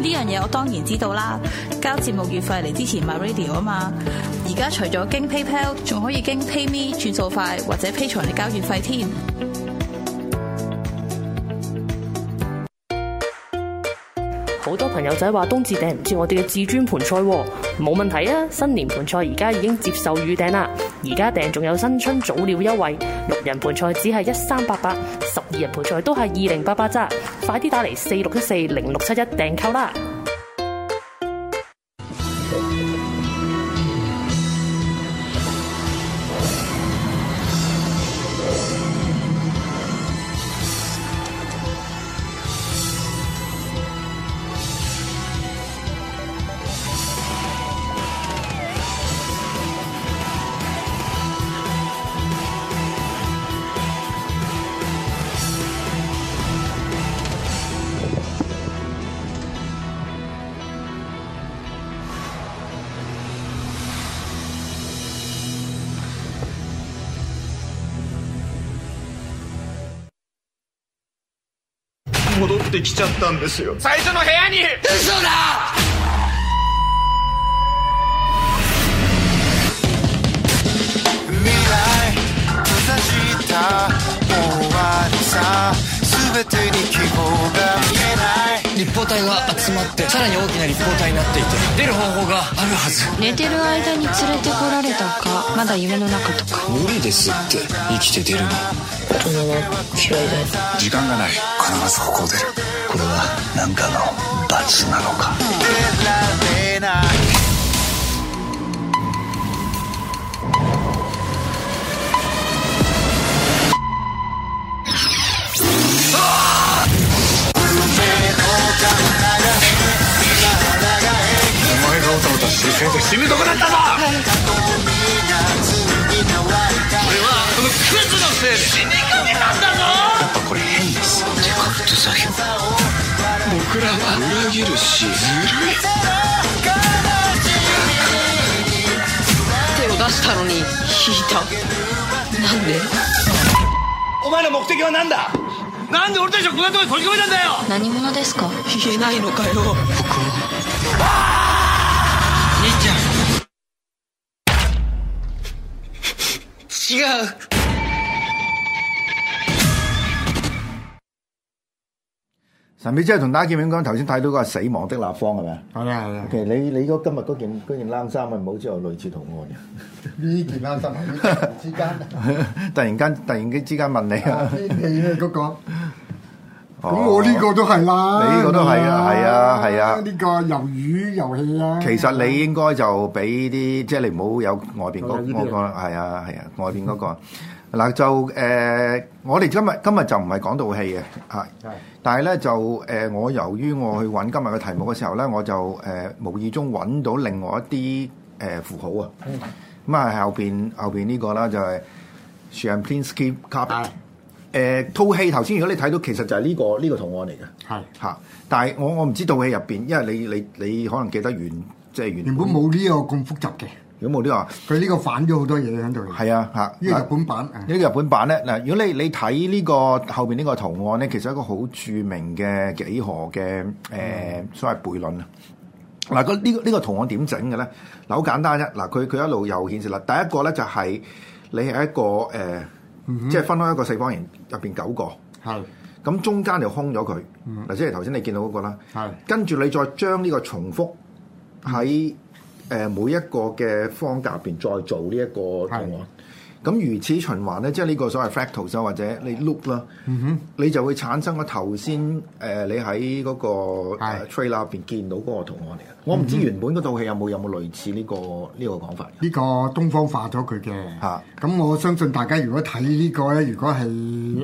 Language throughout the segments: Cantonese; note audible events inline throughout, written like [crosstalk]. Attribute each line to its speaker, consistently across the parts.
Speaker 1: 呢樣嘢我當然知道啦，交節目月費嚟支持 My Radio 啊嘛。而家除咗經 PayPal，仲可以經 PayMe 轉數快或者 Patron 嚟交月費添。
Speaker 2: 好多朋友仔話冬至訂唔切我哋嘅至尊盤菜喎，冇問題啊！新年盤菜而家已經接受預訂啦，而家訂仲有新春早鳥優惠，六人盤菜只係一三八八，十二人盤菜都係二零八八咋，快啲打嚟四六一四零六七一訂購啦！
Speaker 3: 戻ってきちゃったんですよ
Speaker 4: 最初の部屋に
Speaker 5: 未来閉ざした終わりさ全てに希望が見えない
Speaker 6: 立方体が集まってさらに大きな立方体になっていて出る方法があるはず
Speaker 7: 寝てる間に連れてこられたかまだ夢の中とか
Speaker 6: 無理ですって生きて出るの
Speaker 5: 時間がない必ずここを出るこれは何かの罰なのか出られない
Speaker 3: お前がおたおたしてるせいで死ぬとこだったぞ俺はこのクズのせいで死にかけたんだぞ
Speaker 5: やっぱこれ変ですてか不手先
Speaker 6: 僕らは裏切るし
Speaker 7: 手を出したのに引いたなんで
Speaker 3: お前の目的は何だなんで俺たちをこんなとこに閉じ込めたんだよ
Speaker 7: 何者ですか
Speaker 6: 言えないのかよ僕は兄ちゃん違う
Speaker 8: 神秘之夜同大家見面講，頭先睇到嗰個死亡的立方係啊咪
Speaker 9: 係啦係啦，
Speaker 8: ？OK，你你嗰今日嗰件嗰件冷衫咪冇之後類似圖案
Speaker 9: 呢件冷衫呢件之
Speaker 8: [laughs]
Speaker 9: 間，
Speaker 8: 嘅，突然間突然間之間問你啊
Speaker 9: 啊，呢你咧嗰個。
Speaker 8: 咁
Speaker 9: 咁我呢個都係啦，
Speaker 8: 哦你呢個都係啊係啊係啊
Speaker 9: 呢個魷魚遊戲啊，
Speaker 8: 其實你應該就俾啲，即係你唔好有外邊嗰
Speaker 9: 我有呢啲
Speaker 8: 嗰個，係啊係啊，外邊嗰個。嗱就誒、呃我哋今日今日就唔係講到戲嘅嚇
Speaker 9: 係，
Speaker 8: 但係咧就誒、呃我由於我去揾今日嘅題目嘅時候咧，我就誒、呃無意中揾到另外一啲誒、呃符號啊，
Speaker 9: 嗯
Speaker 8: 咁啊係後邊後邊呢個啦就係 Champinsky Cup
Speaker 9: 係。
Speaker 8: 誒套戲頭先，如果你睇到，其實就係呢、個呢、個圖案嚟嘅。
Speaker 9: 係
Speaker 8: 嚇！但係我我唔知道戲入邊，因為你你你可能記得原即係原
Speaker 9: 原本冇呢個咁複雜嘅，
Speaker 8: 如果冇呢個
Speaker 9: 佢呢個反咗好多嘢喺度。
Speaker 8: 係啊嚇。
Speaker 9: 呢個日本版啊
Speaker 8: 嗱呢個日本版咧嗱，如果你你睇呢個後邊呢個圖案咧，其實一個好著名嘅幾何嘅誒、呃所謂悖論啊。嗱，個呢個呢個圖案點整嘅咧？嗱，好簡單啫。嗱，佢佢一路又顯示啦。第一個咧就係你係一個誒，
Speaker 9: 嗯
Speaker 8: 即係分開一個四方形入邊九個，
Speaker 9: 係
Speaker 8: 咁中間就空咗佢。
Speaker 9: 嗯
Speaker 8: 嗱，即係頭先你見到嗰個啦，
Speaker 9: 係
Speaker 8: 跟住你再將呢個重複喺誒每一個嘅方格入邊再做呢一個圖案。咁如此循環咧，即係呢個所謂 fractals 啊，或者你 loop 啦，
Speaker 9: 嗯
Speaker 8: 你就會產生我頭先呃誒你喺嗰個誒 trailer 入邊見到嗰個圖案嚟嘅。我唔知
Speaker 9: 嗯哼
Speaker 8: 原本嗰套戲有冇有冇類似呢個呢個講法。
Speaker 9: 呢個東方化咗佢嘅。咁我相信大家如果睇呢個咧，如果係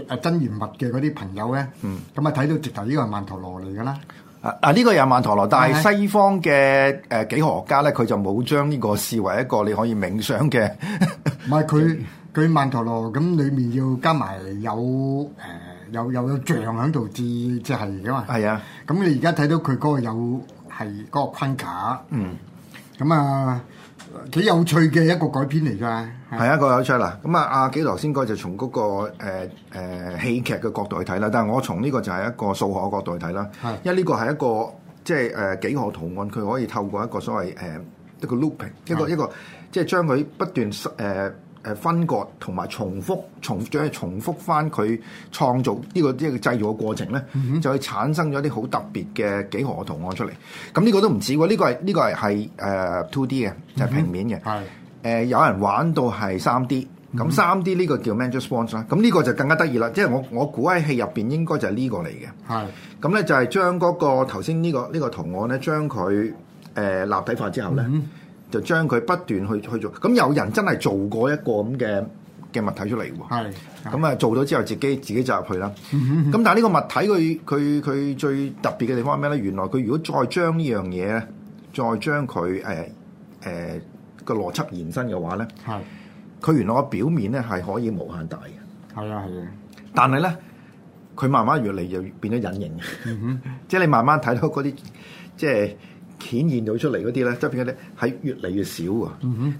Speaker 9: 誒真言物嘅嗰啲朋友咧，
Speaker 8: 嗯
Speaker 9: 咁啊睇到直頭呢個係曼陀羅嚟㗎啦。
Speaker 8: 啊啊！呢、個又係曼陀羅，但
Speaker 9: 係
Speaker 8: 係西方嘅誒幾何學家咧，佢就冇將呢個視為一個你可以冥想嘅。
Speaker 9: 唔係佢佢曼陀羅咁裡面要加埋有誒、有有有像喺度至即係噶嘛。
Speaker 8: 係啊，
Speaker 9: 咁你而家睇到佢嗰個有係嗰個框架，
Speaker 8: 嗯，
Speaker 9: 咁啊幾有趣嘅一個改編嚟㗎。
Speaker 8: 係一個有趣啦。咁啊，阿幾頭先哥就從嗰、個誒、呃呃、戲劇嘅角度去睇啦，但係我從呢個就係一個數學嘅角度去睇啦
Speaker 9: 係，
Speaker 8: 因為呢個係一個即係誒、呃、幾何圖案，佢可以透過一個所謂誒、呃一個 looping，一個
Speaker 9: 係
Speaker 8: 一個即係將佢不斷誒。呃誒分割同埋重複重將佢重複翻佢創造呢、個即係製造嘅過程咧，
Speaker 9: 嗯
Speaker 8: 就會產生咗啲好特別嘅幾何圖案出嚟。咁呢個都唔止喎，呢、個係呢、個係係誒 two D 嘅，
Speaker 9: 嗯
Speaker 8: 就係、啊平面嘅。
Speaker 9: 係
Speaker 8: 誒、呃有人玩到係三 D，咁三 D 呢個叫 Magic Sponge 啦，咁呢個就更加得意啦，即係我我估喺戲入邊應該就係呢個嚟嘅，
Speaker 9: 係
Speaker 8: 咁咧就係將嗰個頭先呢個呢、個圖案咧，將佢誒、呃立體化之後咧，就將佢不斷去去做，咁有人真係做過一個咁嘅嘅物體出嚟喎。
Speaker 9: 係
Speaker 8: 咁啊做到之後自己自己就入去啦。咁但係呢個物體佢佢佢最特別嘅地方係咩咧？原來佢如果再將呢樣嘢咧，再將佢誒誒個邏輯延伸嘅話咧，
Speaker 9: 係
Speaker 8: 佢原來個表面咧係可以無限大嘅，
Speaker 9: 係啊係啊，
Speaker 8: 但係咧佢慢慢越嚟越變咗隱形嘅，即係你慢慢睇到嗰啲即係。顯現到出嚟嗰啲咧，側邊嗰啲係越嚟越少喎。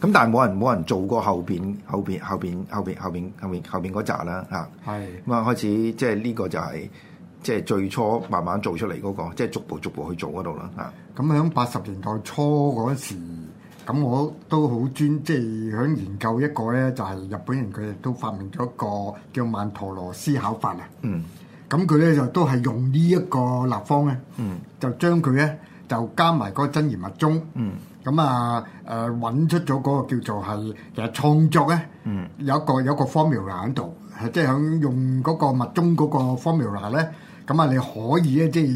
Speaker 8: 咁、但係冇人冇人做過後邊後邊後邊後邊後邊後邊後邊嗰扎啦嚇。
Speaker 9: 係
Speaker 8: 咁啊開始即係呢個就係、即係最初慢慢做出嚟嗰、個，即係逐步逐步去做嗰度啦啊嚇。
Speaker 9: 咁喺八十年代初嗰時，咁我都好專，即係響研究一個咧，就係、日本人佢亦都發明咗一個叫曼陀羅思考法啊。
Speaker 8: 嗯
Speaker 9: 咁佢咧就都係用呢一個立方咧，
Speaker 8: 嗯
Speaker 9: 就將佢咧就加埋嗰個真言密宗。
Speaker 8: 嗯
Speaker 9: 咁啊誒揾出咗嗰個叫做係其實創作咧，
Speaker 8: 嗯
Speaker 9: 有一個有一個 formula 喺度，係即係響用嗰個密宗嗰個 formula 咧，咁啊你可以咧即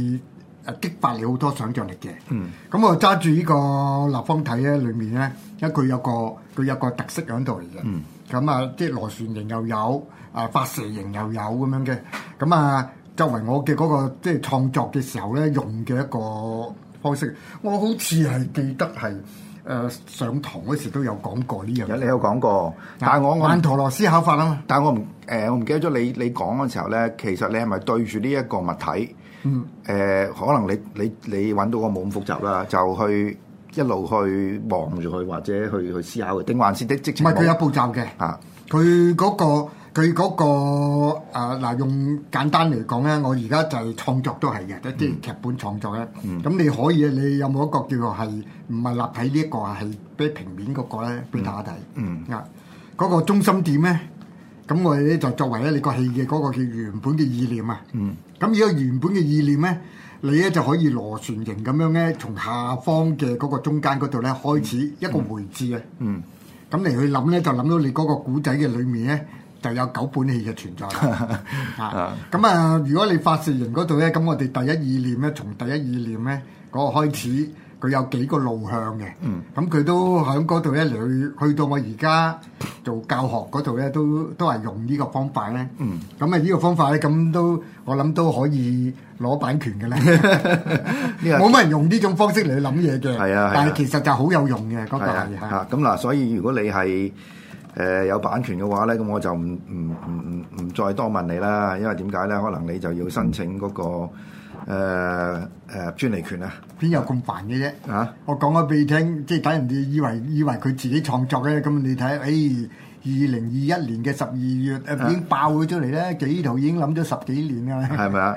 Speaker 9: 係誒激發你好多想像力嘅。
Speaker 8: 嗯
Speaker 9: 咁我揸住呢個立方體咧，裏面咧，因為佢有個佢有個特色喺度嚟嘅。
Speaker 8: 嗯
Speaker 9: 咁啊，即係螺旋形又有，啊發射形又有咁樣嘅。咁啊，作為我嘅嗰、個即係創作嘅時候咧，用嘅一個方式，我好似係記得係誒、呃上堂嗰時都有講過呢樣
Speaker 8: 有
Speaker 9: 嘢。
Speaker 8: 你有講過，但係我我
Speaker 9: 曼陀羅思考法啊嘛，
Speaker 8: 但係我唔誒、我唔記得咗你你講嘅時候咧，其實你係咪對住呢一個物體？
Speaker 9: 嗯，
Speaker 8: 誒、可能你你你揾到個冇咁複雜啦，就去一路去望住佢，或者去去思考佢，定還是的即
Speaker 9: 唔
Speaker 8: 情
Speaker 9: 係佢有
Speaker 8: 冇
Speaker 9: 步驟嘅。
Speaker 8: 啊？
Speaker 9: 佢嗰、個佢嗰、個啊嗱、用簡單嚟講咧，我而家就係創作都係嘅，即
Speaker 8: 嗯
Speaker 9: 係劇本創作咧。咁、你可以你有冇一個叫做係唔係立體呢、一個啊係俾平面嗰個咧俾大家睇？
Speaker 8: 嗯
Speaker 9: 啊，嗰、個中心點咧，咁我哋咧就作為咧你個戲嘅嗰個叫原本嘅意念啊。
Speaker 8: 嗯
Speaker 9: 咁而個原本嘅意念咧，你咧就可以螺旋形咁樣咧，從下方嘅嗰個中間嗰度咧開始一個回字啊。
Speaker 8: 嗯
Speaker 9: 咁你去諗咧，就諗到你嗰個古仔嘅裏面咧，就有九本戲嘅存在
Speaker 8: [laughs]
Speaker 9: 啦。啊，咁啊，如果你發射人嗰度咧，咁我哋第一意念咧，從第一意念咧嗰、個開始，佢有幾個路向嘅。
Speaker 8: 嗯
Speaker 9: 咁佢都喺嗰度咧嚟去去到我而家做教學嗰度咧，都都係用呢個方法咧。
Speaker 8: 嗯，
Speaker 9: 咁啊呢個方法咧，咁都我諗都可以攞版權嘅咧。
Speaker 8: [laughs] 呢個
Speaker 9: 冇乜人用呢種方式嚟諗嘢嘅。
Speaker 8: 係啊係啊
Speaker 9: 但係其實就好有用嘅嗰、個
Speaker 8: 係啊
Speaker 9: 係，係
Speaker 8: 嚇咁嗱，所以如果你係誒、呃有版權嘅話咧，咁我就唔唔唔唔唔再多問你啦，因為點解咧？可能你就要申請嗰、個誒誒、呃呃專利權啊，
Speaker 9: 邊有咁煩嘅啫？
Speaker 8: 啊！
Speaker 9: 我講咗俾你聽，即係等人哋以為以為佢自己創作咧，咁你睇，誒二零二一年嘅十二月誒已經爆咗出嚟咧，幾套已經諗咗十幾年㗎啦。
Speaker 8: 啊係咪啊？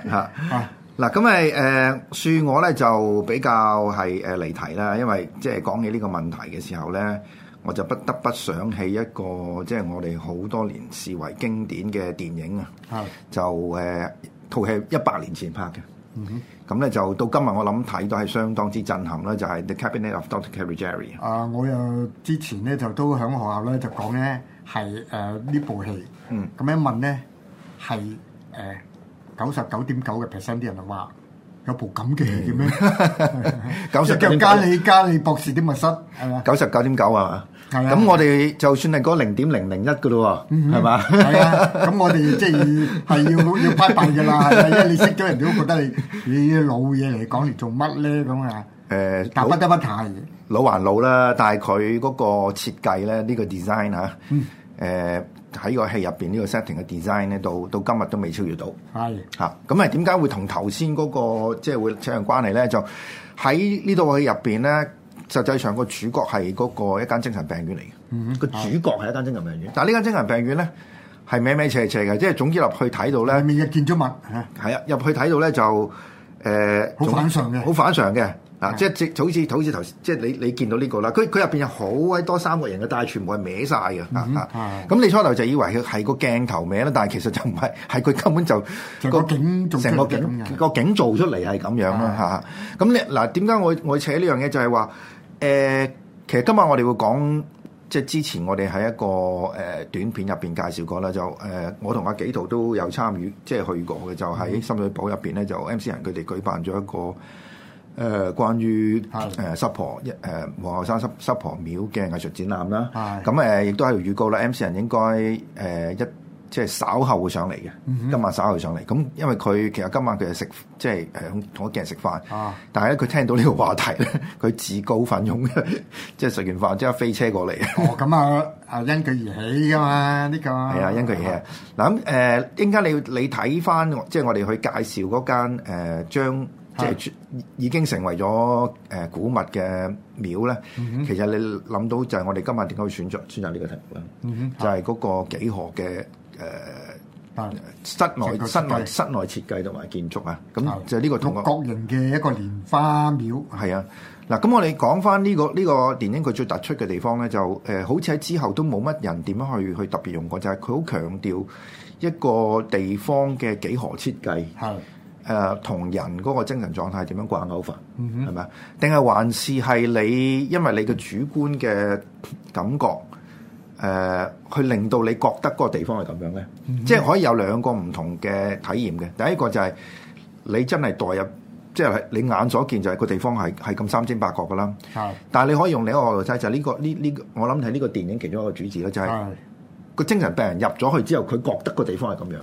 Speaker 8: 嚇！
Speaker 9: 啊，
Speaker 8: 嗱，咁咪誒恕我咧就比較係誒離題啦，因為即係講起呢個問題嘅時候咧，我就不得不想起一個即係我哋好多年視為經典嘅電影啊。
Speaker 9: 係
Speaker 8: 就誒套戲一百年前拍嘅。
Speaker 9: 嗯哼
Speaker 8: 咁咧就到今日我諗睇到係相當之震撼啦，就係、The Cabinet of Dr. Caligari 啊。
Speaker 9: 啊，我又之前咧就都喺學校咧就講咧係誒呢部戲，
Speaker 8: 嗯
Speaker 9: 咁一問咧係誒九十九點九嘅 percent 啲人就話有部咁嘅戲嘅咩？
Speaker 8: [laughs] 99.9
Speaker 9: [laughs] [laughs] 即係叫加利加利博士啲密室係嘛？
Speaker 8: 九十九點九啊嘛，
Speaker 9: 係啊
Speaker 8: 咁我哋就算係嗰零點零零一噶咯喎，係嘛？
Speaker 9: 嗯係啊，
Speaker 8: [laughs]
Speaker 9: 咁我哋即係係要要拜拜㗎啦，係啊因為你識咗人哋都覺得你你老嘢嚟講嚟做乜咧咁啊？
Speaker 8: 誒
Speaker 9: 但
Speaker 8: 老
Speaker 9: 不得不提，
Speaker 8: 老還老啦，但係佢嗰個設計咧，呢個 design 嚇，誒喺個戲入邊呢個 setting 嘅 design 咧，到到今日都未超越到。
Speaker 9: 係
Speaker 8: 嚇。咁啊，點解會同頭先嗰個即係會扯上關係咧？就喺呢度戲入邊咧，實際上個主角係嗰個一間精神病院嚟嘅。個主角係一間精神病院，但係呢間精神病院咧係歪歪斜斜嘅，即係總之入去睇到咧
Speaker 9: 裡，面嘅建築物嚇。
Speaker 8: [laughs] 係啊，入去睇到咧就誒，
Speaker 9: 好反常嘅
Speaker 8: 好反常嘅。嗱，即係即就好似就好似頭先，即係你你見到呢個啦，佢佢入邊有好鬼多三角形嘅，但係全部係歪晒嘅。
Speaker 9: 嗯
Speaker 8: 啊啊咁你初頭就以為佢係個鏡頭歪啦，但係其實就唔係，係佢根本就
Speaker 9: 就個景做出嚟
Speaker 8: 成個
Speaker 9: 咁
Speaker 8: 景
Speaker 9: 樣
Speaker 8: 個景做出嚟係咁樣啦嚇。咁你嗱點解我我扯呢樣嘢就係話誒，其實今日我哋會講。即係之前我哋喺一個誒、呃短片入邊介紹過啦，就誒、呃我同阿幾圖都有參與，即係去過嘅，就喺深水埗入邊咧，就 MC 人佢哋舉辦咗一個誒、呃、關於
Speaker 9: 係
Speaker 8: 誒濕婆一誒黃後山濕濕婆廟嘅藝術展覽啦。
Speaker 9: 係
Speaker 8: 咁誒亦都喺度預告啦，MC 人應該誒、呃一即係稍後會上嚟嘅，今晚稍後會上嚟。咁因為佢其實今晚佢係食即係誒同屋企人食飯。
Speaker 9: 啊
Speaker 8: 但係咧，佢聽到呢個話題咧，佢自告奮勇，即係食完飯即刻飛車過嚟。
Speaker 9: 哦，咁啊，啊因佢而起噶嘛，呢、個
Speaker 8: 係
Speaker 9: 係
Speaker 8: 啊，因佢嘢。嗱咁誒，應該你你睇翻，即係我哋去介紹嗰間誒將即
Speaker 9: 係
Speaker 8: 係已經成為咗誒古物嘅廟咧，其實你諗到就係我哋今晚點解會選擇選擇呢個題目啦？
Speaker 9: 嗯
Speaker 8: 就係嗰個幾何嘅
Speaker 9: 哼，
Speaker 8: 誒室內室
Speaker 9: 整個設計
Speaker 8: 內室內設計同埋建築啊，咁
Speaker 9: 係
Speaker 8: 就呢個同
Speaker 9: 六
Speaker 8: 我
Speaker 9: 角形嘅一個蓮花廟，
Speaker 8: 係啊，嗱，咁我哋講翻呢個呢、個電影佢最突出嘅地方咧，就誒、呃好似喺之後都冇乜人點樣去去特別用過，就係佢好強調一個地方嘅幾何設計，
Speaker 9: 係
Speaker 8: 誒呃同、人嗰個精神狀態點樣掛鈎法，係咪啊？定係還是係你因為你嘅主觀嘅感覺，誒、去令到你覺得嗰個地方係咁樣咧？即係可以有兩個唔同嘅體驗嘅。第一個就係、你真係代入，即係你眼所見就係個地方係係咁三尖八角噶啦。
Speaker 9: 係
Speaker 8: 但係你可以用另一個角度睇，就係呢、個呢呢、個我諗係呢個電影其中一個主旨啦，就係、
Speaker 9: 係。
Speaker 8: 個精神病人入咗去之後，佢覺得個地方嗯係咁樣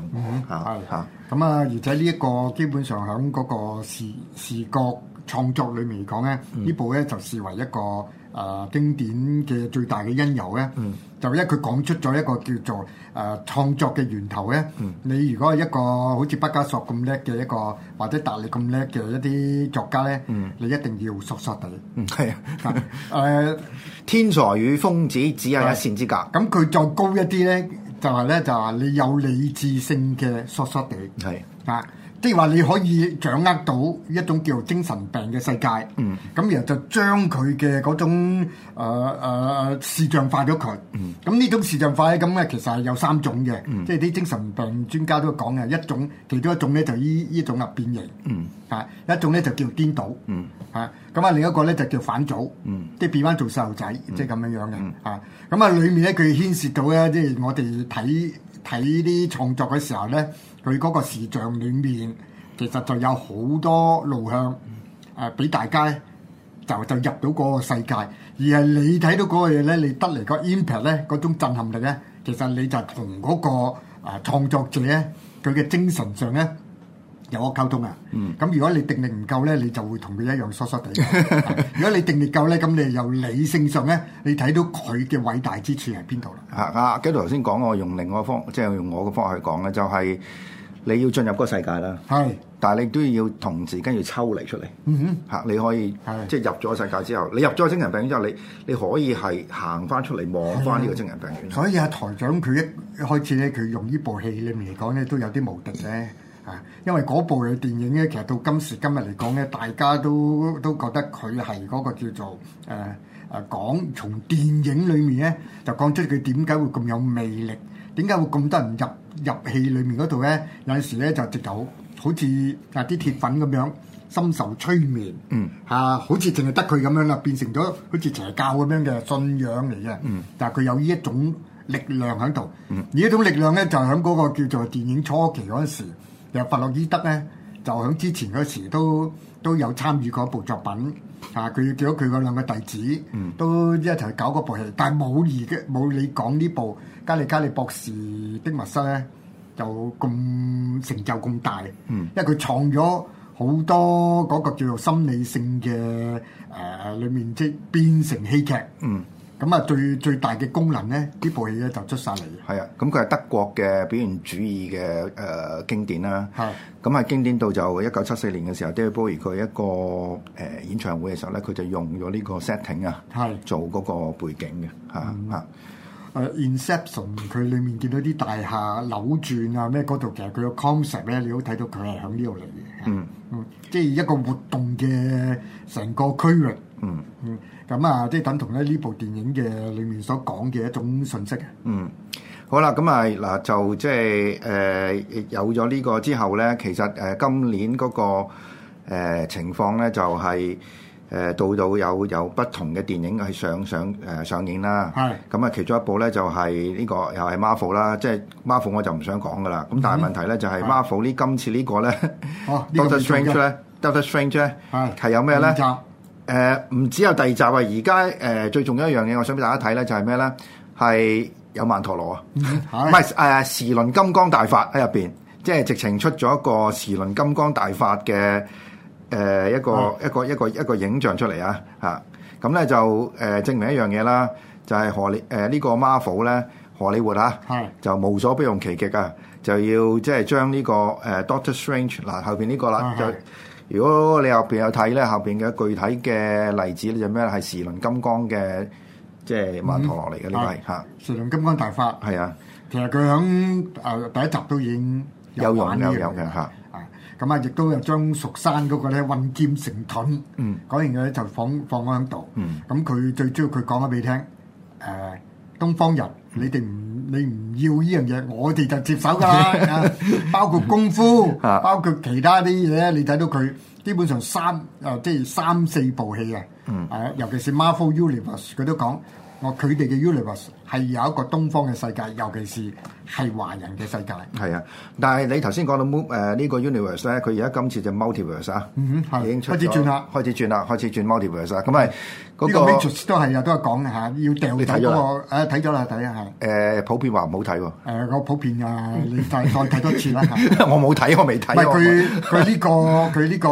Speaker 8: 嚇
Speaker 9: 嗯係
Speaker 8: 嚇。
Speaker 9: 咁啊，而且呢一個基本上喺嗰個視視覺創作裏面嚟講咧，
Speaker 8: 嗯
Speaker 9: 呢部咧就視為一個誒、呃、經典嘅最大嘅因由咧，
Speaker 8: 嗯
Speaker 9: 就因為佢講出咗一個叫做誒、呃、創作嘅源頭咧。
Speaker 8: 嗯
Speaker 9: 你如果係一個好似畢加索咁叻嘅一個，或者達利咁叻嘅一啲作家咧，你一定要索索地。 [laughs]
Speaker 8: 嗯，係啊。
Speaker 9: 誒、呃
Speaker 8: 天才與瘋子只有一線之隔。
Speaker 9: 咁佢再高一啲咧，就係咧就係你有理智性嘅索索地。
Speaker 8: 係
Speaker 9: 啊，即係話你可以掌握到一種叫精神病嘅世界，嗯，咁然後就將佢嘅嗰種誒、呃呃、視像化咗佢，嗯，咁呢種視像化咧，咁咧其實係有三種嘅，即係啲精神病專家都講嘅，一種其中一種咧就依依種啊變形，嗯，啊一種咧就叫顛倒，嗯，啊咁啊另一個咧就叫反組，嗯，即係變翻做細路仔，即係咁樣樣嘅，啊咁啊裡面咧佢牽涉到咧，即係我哋睇。睇啲創作嘅時候咧，佢嗰個視像裡面其實就有好多路向誒，俾、大家咧就就入到嗰個世界，而係你睇到嗰個嘢咧，你得嚟個 impact 咧，嗰種震撼力咧，其實你就同嗰、個誒、呃、創作者咧，佢嘅精神上咧。有個溝通啊。咁、如果你定力唔夠咧，你就會同佢一樣疏疏地。如果你定力夠咧，咁你由理性上咧，你睇到佢嘅偉大之處喺邊度啦。
Speaker 8: 啊啊！幾度頭先講，我用另外一個方，即係用我嘅方法去講咧，就係、你要進入嗰個世界啦，
Speaker 9: 係。
Speaker 8: 但係你都要同時間要抽離出嚟。
Speaker 9: 嗯
Speaker 8: 嚇，你可以
Speaker 9: 係
Speaker 8: 即係入咗個世界之後，你入咗個精神病院之後，你你可以係行翻出嚟望翻呢個精神病院。
Speaker 9: 所以啊，台長佢一開始咧，佢用呢部戲裏面嚟講咧，都有啲無敵嘅啊！因為嗰部嘅電影咧，其實到今時今日嚟講咧，大家都都覺得佢係嗰個叫做誒誒、啊講從電影裏面咧，就講出佢點解會咁有魅力，點解會咁多人入入戲裏面嗰度咧？有陣時咧就直頭好似啊啲鐵粉咁樣。深受催眠，
Speaker 8: 嗯
Speaker 9: 啊，好似淨係得佢咁樣啦，變成咗好似邪教咁樣嘅信仰嚟嘅，
Speaker 8: 嗯
Speaker 9: 但係佢有呢一種力量喺度，而呢種力量咧就喺嗰個叫做電影初期嗰陣時，其實弗洛伊德咧就喺之前嗰時都都有參與過一部作品，啊，佢叫咗佢嗰兩個弟子、
Speaker 8: 嗯
Speaker 9: 都一齊搞嗰部戲，但係冇而嘅冇你講呢部加利加利博士的密室咧就咁成就咁大。
Speaker 8: 嗯
Speaker 9: 因為佢創咗好多嗰個叫做心理性嘅誒、呃、裏面即係變成戲劇。
Speaker 8: 嗯，
Speaker 9: 咁啊最最大嘅功能咧，呢部戲咧就出晒嚟嘅。
Speaker 8: 係啊，咁佢係德國嘅表現主義嘅誒經典啦。
Speaker 9: 係
Speaker 8: 咁喺經典度就一九七四年嘅時候 d a v i d Bowie 佢一個誒、呃演唱會嘅時候咧，佢就用咗呢個 setting 啊，
Speaker 9: 係
Speaker 8: 做嗰個背景嘅嚇嚇。
Speaker 9: 誒呃 Inception 佢裏面見到啲大廈扭轉啊咩嗰度，其實佢個 concept 咧，你都睇到佢係響呢度嚟嘅。
Speaker 8: 嗯
Speaker 9: 嗯，即係一個活動嘅成個區域。
Speaker 8: 嗯
Speaker 9: 嗯，咁啊，即係等同咧呢部電影嘅裏面所講嘅一種信息啊嘅。
Speaker 8: 嗯，好啦，咁啊嗱，就即係誒有咗呢個之後咧，其實誒、呃今年嗰、個、呃、情況咧就係、呃到到有有不同嘅電影係上上誒、呃上映啦，
Speaker 9: 係
Speaker 8: 咁啊，其中一部咧就係、呢、個又係 Marvel 啦，即係 Marvel 我就唔想講噶啦。咁但係問題咧就係
Speaker 9: 嗯係
Speaker 8: Marvel 呢今次呢個咧
Speaker 9: 哦呢個
Speaker 8: ，Doctor
Speaker 9: 未做
Speaker 8: Strange
Speaker 9: 嘅
Speaker 8: 咧，Doctor Strange 咧
Speaker 9: 係
Speaker 8: 係有咩咧？
Speaker 9: 第二集
Speaker 8: 誒唔只有第二集啊！而家誒最重要一樣嘢，我想俾大家睇咧，就係咩咧？係有曼陀羅啊，
Speaker 9: 係
Speaker 8: 唔係誒時輪金剛大法喺入邊，即係直情出咗一個時輪金剛大法嘅呃誒一個一個一個一個影像出嚟啊！嚇咁咧就誒證明一樣嘢啦，就係荷里誒呢個 Marvel 咧，荷里活啊
Speaker 9: 係，
Speaker 8: 就無所不用其極啊！就要即係將呢個誒 Doctor Strange 嗱後邊呢個啦
Speaker 9: 啊係
Speaker 8: 啊就
Speaker 9: 係。
Speaker 8: 如果你後邊有睇咧，後邊嘅具體嘅例子咧就咩咧？係時輪金剛嘅即係曼陀羅嚟
Speaker 9: 嗯
Speaker 8: 嘅呢個係嚇，
Speaker 9: 《神龍金剛大法》。
Speaker 8: 係啊，
Speaker 9: 其實佢響誒第一集都已經
Speaker 8: 有用
Speaker 9: 玩呢
Speaker 8: 有
Speaker 9: 樣
Speaker 8: 用嘅嚇，
Speaker 9: 啊，咁啊，亦都有將蜀山嗰個咧運劍成盾，
Speaker 8: 嗯
Speaker 9: 嗰樣嘢咧就放放咗喺度。
Speaker 8: 嗯
Speaker 9: 咁佢最主要佢講咗俾你聽，誒、東方人，
Speaker 8: 嗯
Speaker 9: 你哋唔你唔要呢樣嘢，我哋就接手㗎啦。
Speaker 8: [laughs]
Speaker 9: 啊包括功夫，
Speaker 8: 啊
Speaker 9: 包括其他啲嘢咧，你睇到佢基本上三誒、即係三四部戲啊。
Speaker 8: 嗯
Speaker 9: 誒，尤其是 Marvel Universe，佢都講我佢哋嘅 Universe 係有一個東方嘅世界，尤其是係華人嘅世界。
Speaker 8: 係啊。但係你頭先講到 mo- 誒呢個 universe 咧，佢而家今次就 multiverse 啊，
Speaker 9: 嗯哼係
Speaker 8: 已經出咗
Speaker 9: 開始轉啦，
Speaker 8: 開始轉啦，開始轉 multiverse 啊。咁係
Speaker 9: 呢
Speaker 8: 嗰
Speaker 9: 個
Speaker 8: 個
Speaker 9: Matrix 都係啊，都係講嘅嚇，要掉
Speaker 8: 你睇
Speaker 9: 走
Speaker 8: 咗
Speaker 9: 嗰
Speaker 8: 啦
Speaker 9: 個誒睇咗啦，睇啊
Speaker 8: 誒普遍話唔好睇喎， [laughs]
Speaker 9: 係誒個普遍啊，你大概睇多次啦嚇。
Speaker 8: 我冇睇，我未睇
Speaker 9: 唔
Speaker 8: 喎。
Speaker 9: 係佢佢呢個佢呢個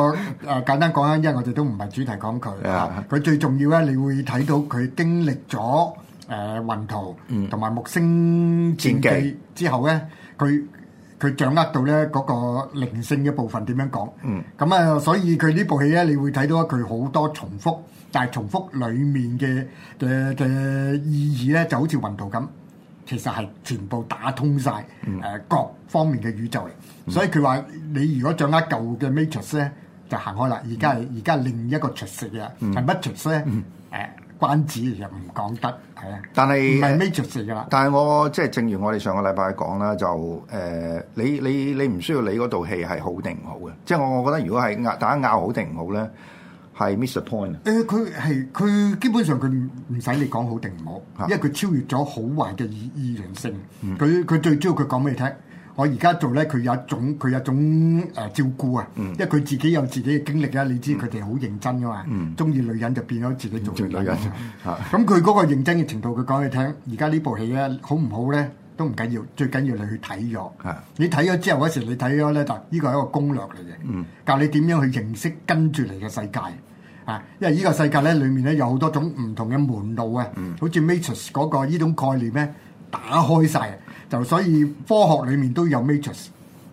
Speaker 9: 誒簡單講啊啦，因為我哋都唔係主題講佢
Speaker 8: 啊
Speaker 9: 嚇，佢最重要咧，你會睇到佢經歷咗誒雲圖同埋木星戰
Speaker 8: 嗯戰
Speaker 9: 記
Speaker 8: 記
Speaker 9: 之後咧，佢佢掌握到咧嗰個靈性嘅部分點樣講。
Speaker 8: 嗯
Speaker 9: 咁啊，所以佢呢部戲咧，你會睇到佢好多重複，但係重複裡面嘅嘅嘅意義咧，就好似雲圖咁，其實係全部打通晒誒、
Speaker 8: 嗯
Speaker 9: 呃各方面嘅宇宙嚟。所以佢話你如果掌握舊嘅 matrix 咧，就行開啦。而家
Speaker 8: 嗯
Speaker 9: 係而家另一個 matrix 嘅，係 matrix 咧誒關子又唔講得，係啊，
Speaker 8: 但
Speaker 9: 唔
Speaker 8: 係
Speaker 9: 係 matrix 嚟㗎啦。
Speaker 8: 但係我即係正如我哋上個禮拜講啦，就誒、呃你你你唔需要理嗰套戲係好定唔好嘅，即係我我覺得如果係拗大家拗好定唔好咧，係 miss the point 啊。
Speaker 9: 誒佢係佢基本上佢唔唔使你講好定唔好，
Speaker 8: 嚇
Speaker 9: 因為佢超越咗好壞嘅意意願性。佢佢、最主要佢講俾你聽，我而家做咧，佢有一種佢有一種誒、呃照顧啊，因為佢自己有自己嘅經歷啊，你知佢哋好認真噶嘛，中意、女人就變咗自己嗯做
Speaker 8: 做
Speaker 9: 女
Speaker 8: 女
Speaker 9: 人
Speaker 8: 人
Speaker 9: 啊。咁佢嗰個認真嘅程度，佢講俾你聽，而家呢部戲咧好唔好咧都唔緊要，最緊要你去睇咗。
Speaker 8: 嚇
Speaker 9: 你睇咗之後嗰時，你睇咗咧就呢個係一個攻略嚟
Speaker 8: 嗯
Speaker 9: 嘅，教你點樣去認識跟住嚟嘅世界啊！因為呢個世界咧，裡面咧有好多種唔同嘅門路啊，
Speaker 8: 嗯
Speaker 9: 好似 Matrix 嗰、個呢種概念咧打開晒，就所以科學裡面都有 Matrix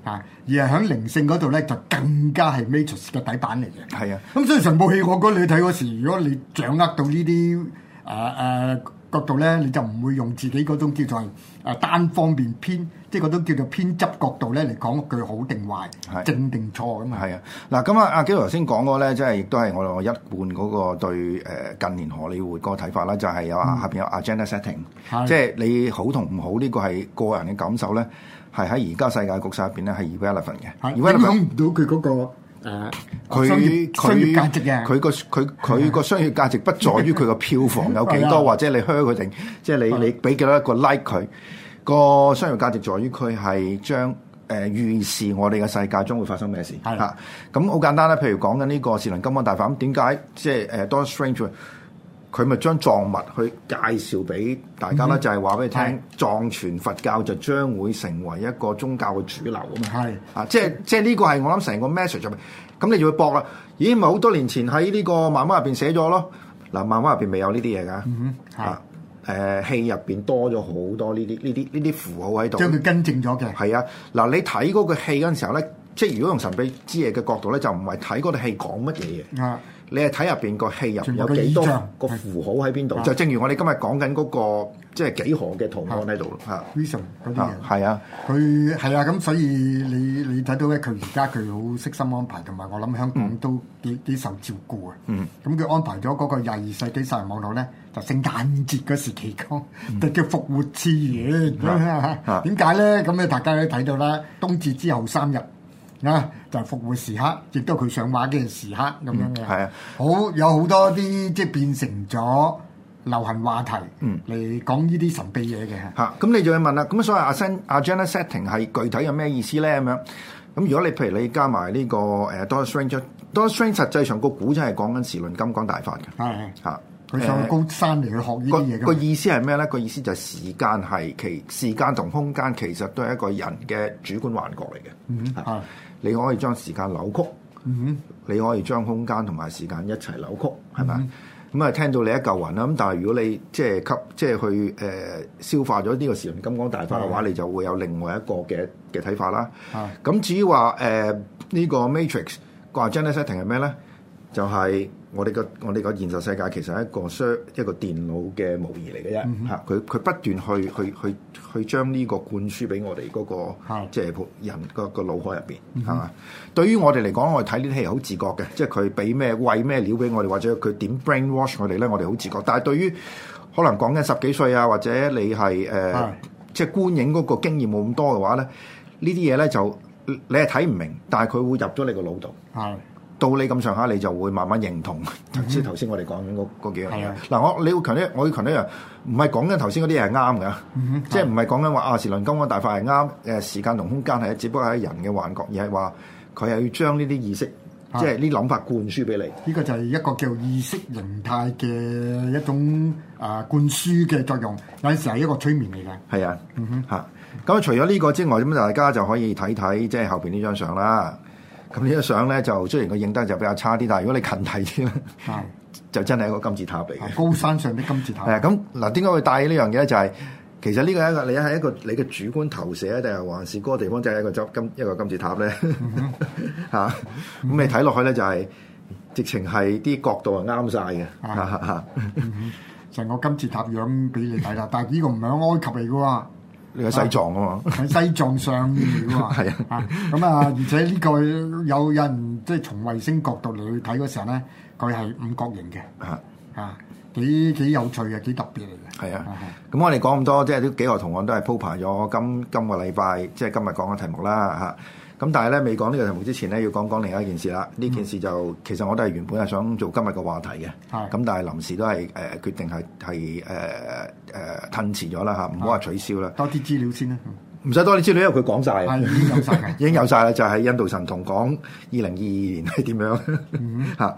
Speaker 9: 啊，而係喺靈性嗰度咧就更加係 Matrix 嘅底板嚟嘅。
Speaker 8: 係啊，
Speaker 9: 咁所以成部戲我覺得你睇嗰時，如果你掌握到呢啲誒誒啊角度咧，你就唔會用自己嗰種叫做係誒單方面偏，即係嗰種叫做偏執角度咧嚟講句好定壞、正定錯咁啊。
Speaker 8: 係啊，嗱咁啊，阿基頭先講嗰咧，即係亦都係我一貫嗰個對誒近年荷里活嗰個睇法啦，就係有啊下邊有 agenda setting，
Speaker 9: 嗯係
Speaker 8: 即係你好同唔好呢個係個人嘅感受咧，係喺而家世界局勢入邊咧係 irrelevant 嘅
Speaker 9: 係影響唔到佢嗰個啊
Speaker 8: 佢
Speaker 9: 商業商業價值
Speaker 8: 佢佢
Speaker 9: 嘅
Speaker 8: 個佢佢個商業價值不在於佢個票房有幾
Speaker 9: 係啊
Speaker 8: 多，或者你 h 佢定，即係你你俾幾多一個 like 佢。個商業價值在於佢係將誒預示我哋嘅世界將會發生咩事嚇。咁好簡單啦，譬如講緊呢個士林金剛大法，咁點解即係誒 Doctor Strange 佢咪將藏物去介紹俾大家啦？
Speaker 9: 嗯
Speaker 8: 就係話俾你
Speaker 9: 係
Speaker 8: 聽，藏傳佛教就將會成為一個宗教嘅主流啊嘛。
Speaker 9: 係
Speaker 8: 啊，即
Speaker 9: 嗯
Speaker 8: 係即係呢個係我諗成個 message 入面，咁你就會搏啦。咦，咪好多年前喺呢個漫畫入邊寫咗咯。嗱，漫畫入邊未有呢啲嘢㗎。
Speaker 9: 嗯哼係
Speaker 8: 啊，誒戲入邊多咗好多呢啲呢啲呢啲符號喺度。
Speaker 9: 將佢更正咗嘅。
Speaker 8: 係啊，嗱，你睇嗰個戲嗰陣時候咧，即係如果用神秘之夜嘅角度咧，就唔係睇嗰套戲講乜嘢嘢。
Speaker 9: 啊，
Speaker 8: 你係睇入邊個戲入邊
Speaker 9: 全部
Speaker 8: 有
Speaker 9: 嘅
Speaker 8: 幾多
Speaker 9: 意象
Speaker 8: 個符號喺邊度？
Speaker 9: 係
Speaker 8: 就正如我哋今日講緊嗰個即係幾何嘅圖案喺度咯嚇。
Speaker 9: vision 嗰啲
Speaker 8: 啊
Speaker 9: 嘢。
Speaker 8: 係啊。
Speaker 9: 佢係啊，咁所以你你睇到咧，佢而家佢好悉心安排，同埋我諗香港都幾幾受照顧啊。
Speaker 8: 嗯。
Speaker 9: 咁佢安排咗嗰個廿二世紀殺人網絡咧，就聖誕節嗰時期講，就叫復活次元。
Speaker 8: 嗯啊
Speaker 9: 點解咧？咁咧大家都睇到啦，冬至之後三日啊，就係復活時刻，亦都佢上畫嘅時刻咁樣嘅。
Speaker 8: 係啊，
Speaker 9: 好有好多啲即係變成咗流行話題
Speaker 8: 嗯
Speaker 9: 嚟講呢啲神秘嘢嘅。
Speaker 8: 嚇，咁你就要問啦，咁所以 agenda agenda setting 係具體有咩意思咧？咁樣，咁如果你譬如你加埋呢、個誒 Doctor Strange，Doctor Strange 實際上個古仔係講緊時輪金剛大法嘅
Speaker 9: 係。
Speaker 8: 嚇。
Speaker 9: 佢上
Speaker 8: 誒
Speaker 9: 高山嚟去學呢
Speaker 8: 個
Speaker 9: 啲嘢㗎
Speaker 8: 個
Speaker 9: 嘛
Speaker 8: 意思係咩咧？個意思就係時間係其時間同空間其實都係一個人嘅主觀幻覺嚟嘅。
Speaker 9: 嗯哼，係，
Speaker 8: 你可以將時間扭曲，
Speaker 9: 嗯
Speaker 8: 你可以將空間同埋時間一齊扭曲，係咪啊
Speaker 9: 嗯？
Speaker 8: 咁啊，聽到你一嚿雲啦，咁但係如果你即係吸，即係去誒、呃消化咗呢個時輪金剛大法嘅話，
Speaker 9: 係
Speaker 8: 你就會有另外一個嘅嘅睇法啦。
Speaker 9: 哼，
Speaker 8: 咁至於話誒呢個 Matrix 個 agenda setting 係咩咧？就係、我哋個我哋個現實世界其實係一個 s 一個電腦嘅模擬嚟嘅啫嚇，佢佢、不斷去去去去將呢個灌輸俾我哋嗰、個
Speaker 9: 係
Speaker 8: 即係人個個腦海入邊係嘛？對於我哋嚟講，我哋睇呢啲戲係好自覺嘅，即係佢俾咩喂咩料俾我哋，或者佢點 brainwash 我哋咧，我哋好自覺。但係對於可能講緊十幾歲啊，或者你係誒、
Speaker 9: 係
Speaker 8: 即係觀影嗰個經驗冇咁多嘅話咧，呢啲嘢咧就你係睇唔明，但係佢會入咗你個腦度。
Speaker 9: 係，
Speaker 8: 到你咁上下，你就會慢慢認同。頭先頭先我哋講緊嗰嗰幾樣
Speaker 9: 嗯係
Speaker 8: 嘢
Speaker 9: 啊。
Speaker 8: 嗱，我你要強調，我要強調一樣，唔係講緊頭先嗰啲嘢係啱嘅，
Speaker 9: 嗯
Speaker 8: 即係唔係講緊話啊時輪金剛大法係啱，誒時間同空間係只不過係人嘅幻覺，而係話佢係要將呢啲意識，
Speaker 9: 係
Speaker 8: 即係呢諗法灌輸俾你。
Speaker 9: 呢個就係一個叫意識形態嘅一種啊灌輸嘅作用，有陣時係一個催眠嚟嘅。
Speaker 8: 係啊，
Speaker 9: 嗯
Speaker 8: 嚇咁、除咗呢個之外，咁大家就可以睇睇即係後邊呢張相啦。咁呢張相咧就雖然個影得就比較差啲，但係如果你近睇啲咧，
Speaker 9: 係
Speaker 8: 就真係一個金字塔嚟嘅。
Speaker 9: 係啊高山上的金字塔。
Speaker 8: 係啊，咁嗱，點解會帶呢樣嘢咧？就係、其實呢個係一個你係一個你嘅主觀投射啊，定係還是嗰個地方就係一個金金一個金字塔咧？ [laughs] 嚇，咁你睇落去咧就係、直情係啲角度係啱晒嘅，
Speaker 9: 啊
Speaker 8: 嚇嚇 [laughs] 嚇
Speaker 9: 成個金字塔樣俾你睇啦，但係呢個唔係埃及嚟嘅喎。
Speaker 8: 呢個西藏啊嘛。
Speaker 9: 喺西藏上面嘅喎，
Speaker 8: [laughs] 係
Speaker 9: 啊，咁啊，而且呢個有人即係從衛星角度嚟去睇嗰時候咧，佢係五角形嘅，
Speaker 8: 嚇
Speaker 9: 啊，幾幾有趣嘅，幾特別嚟嘅。
Speaker 8: 係啊，咁我哋講咁多，即係呢幾個同案都係鋪排咗今今個禮拜，即係今日講嘅題目啦嚇。咁但係咧未講呢個題目之前咧，要講講另一件事啦。呢件事就其實我都係原本係想做今日嘅話題嘅，
Speaker 9: 係
Speaker 8: 咁但係臨時都係誒、呃、決定係係誒誒褪遲咗啦嚇，唔好話取消啦。
Speaker 9: 多啲資料先啦，嗯
Speaker 8: 唔使多啲資料，因為佢講晒，啊
Speaker 9: 係已經有晒嘅
Speaker 8: [laughs] 已經有晒啦。就係印度神童講二零二二年係點樣嚇。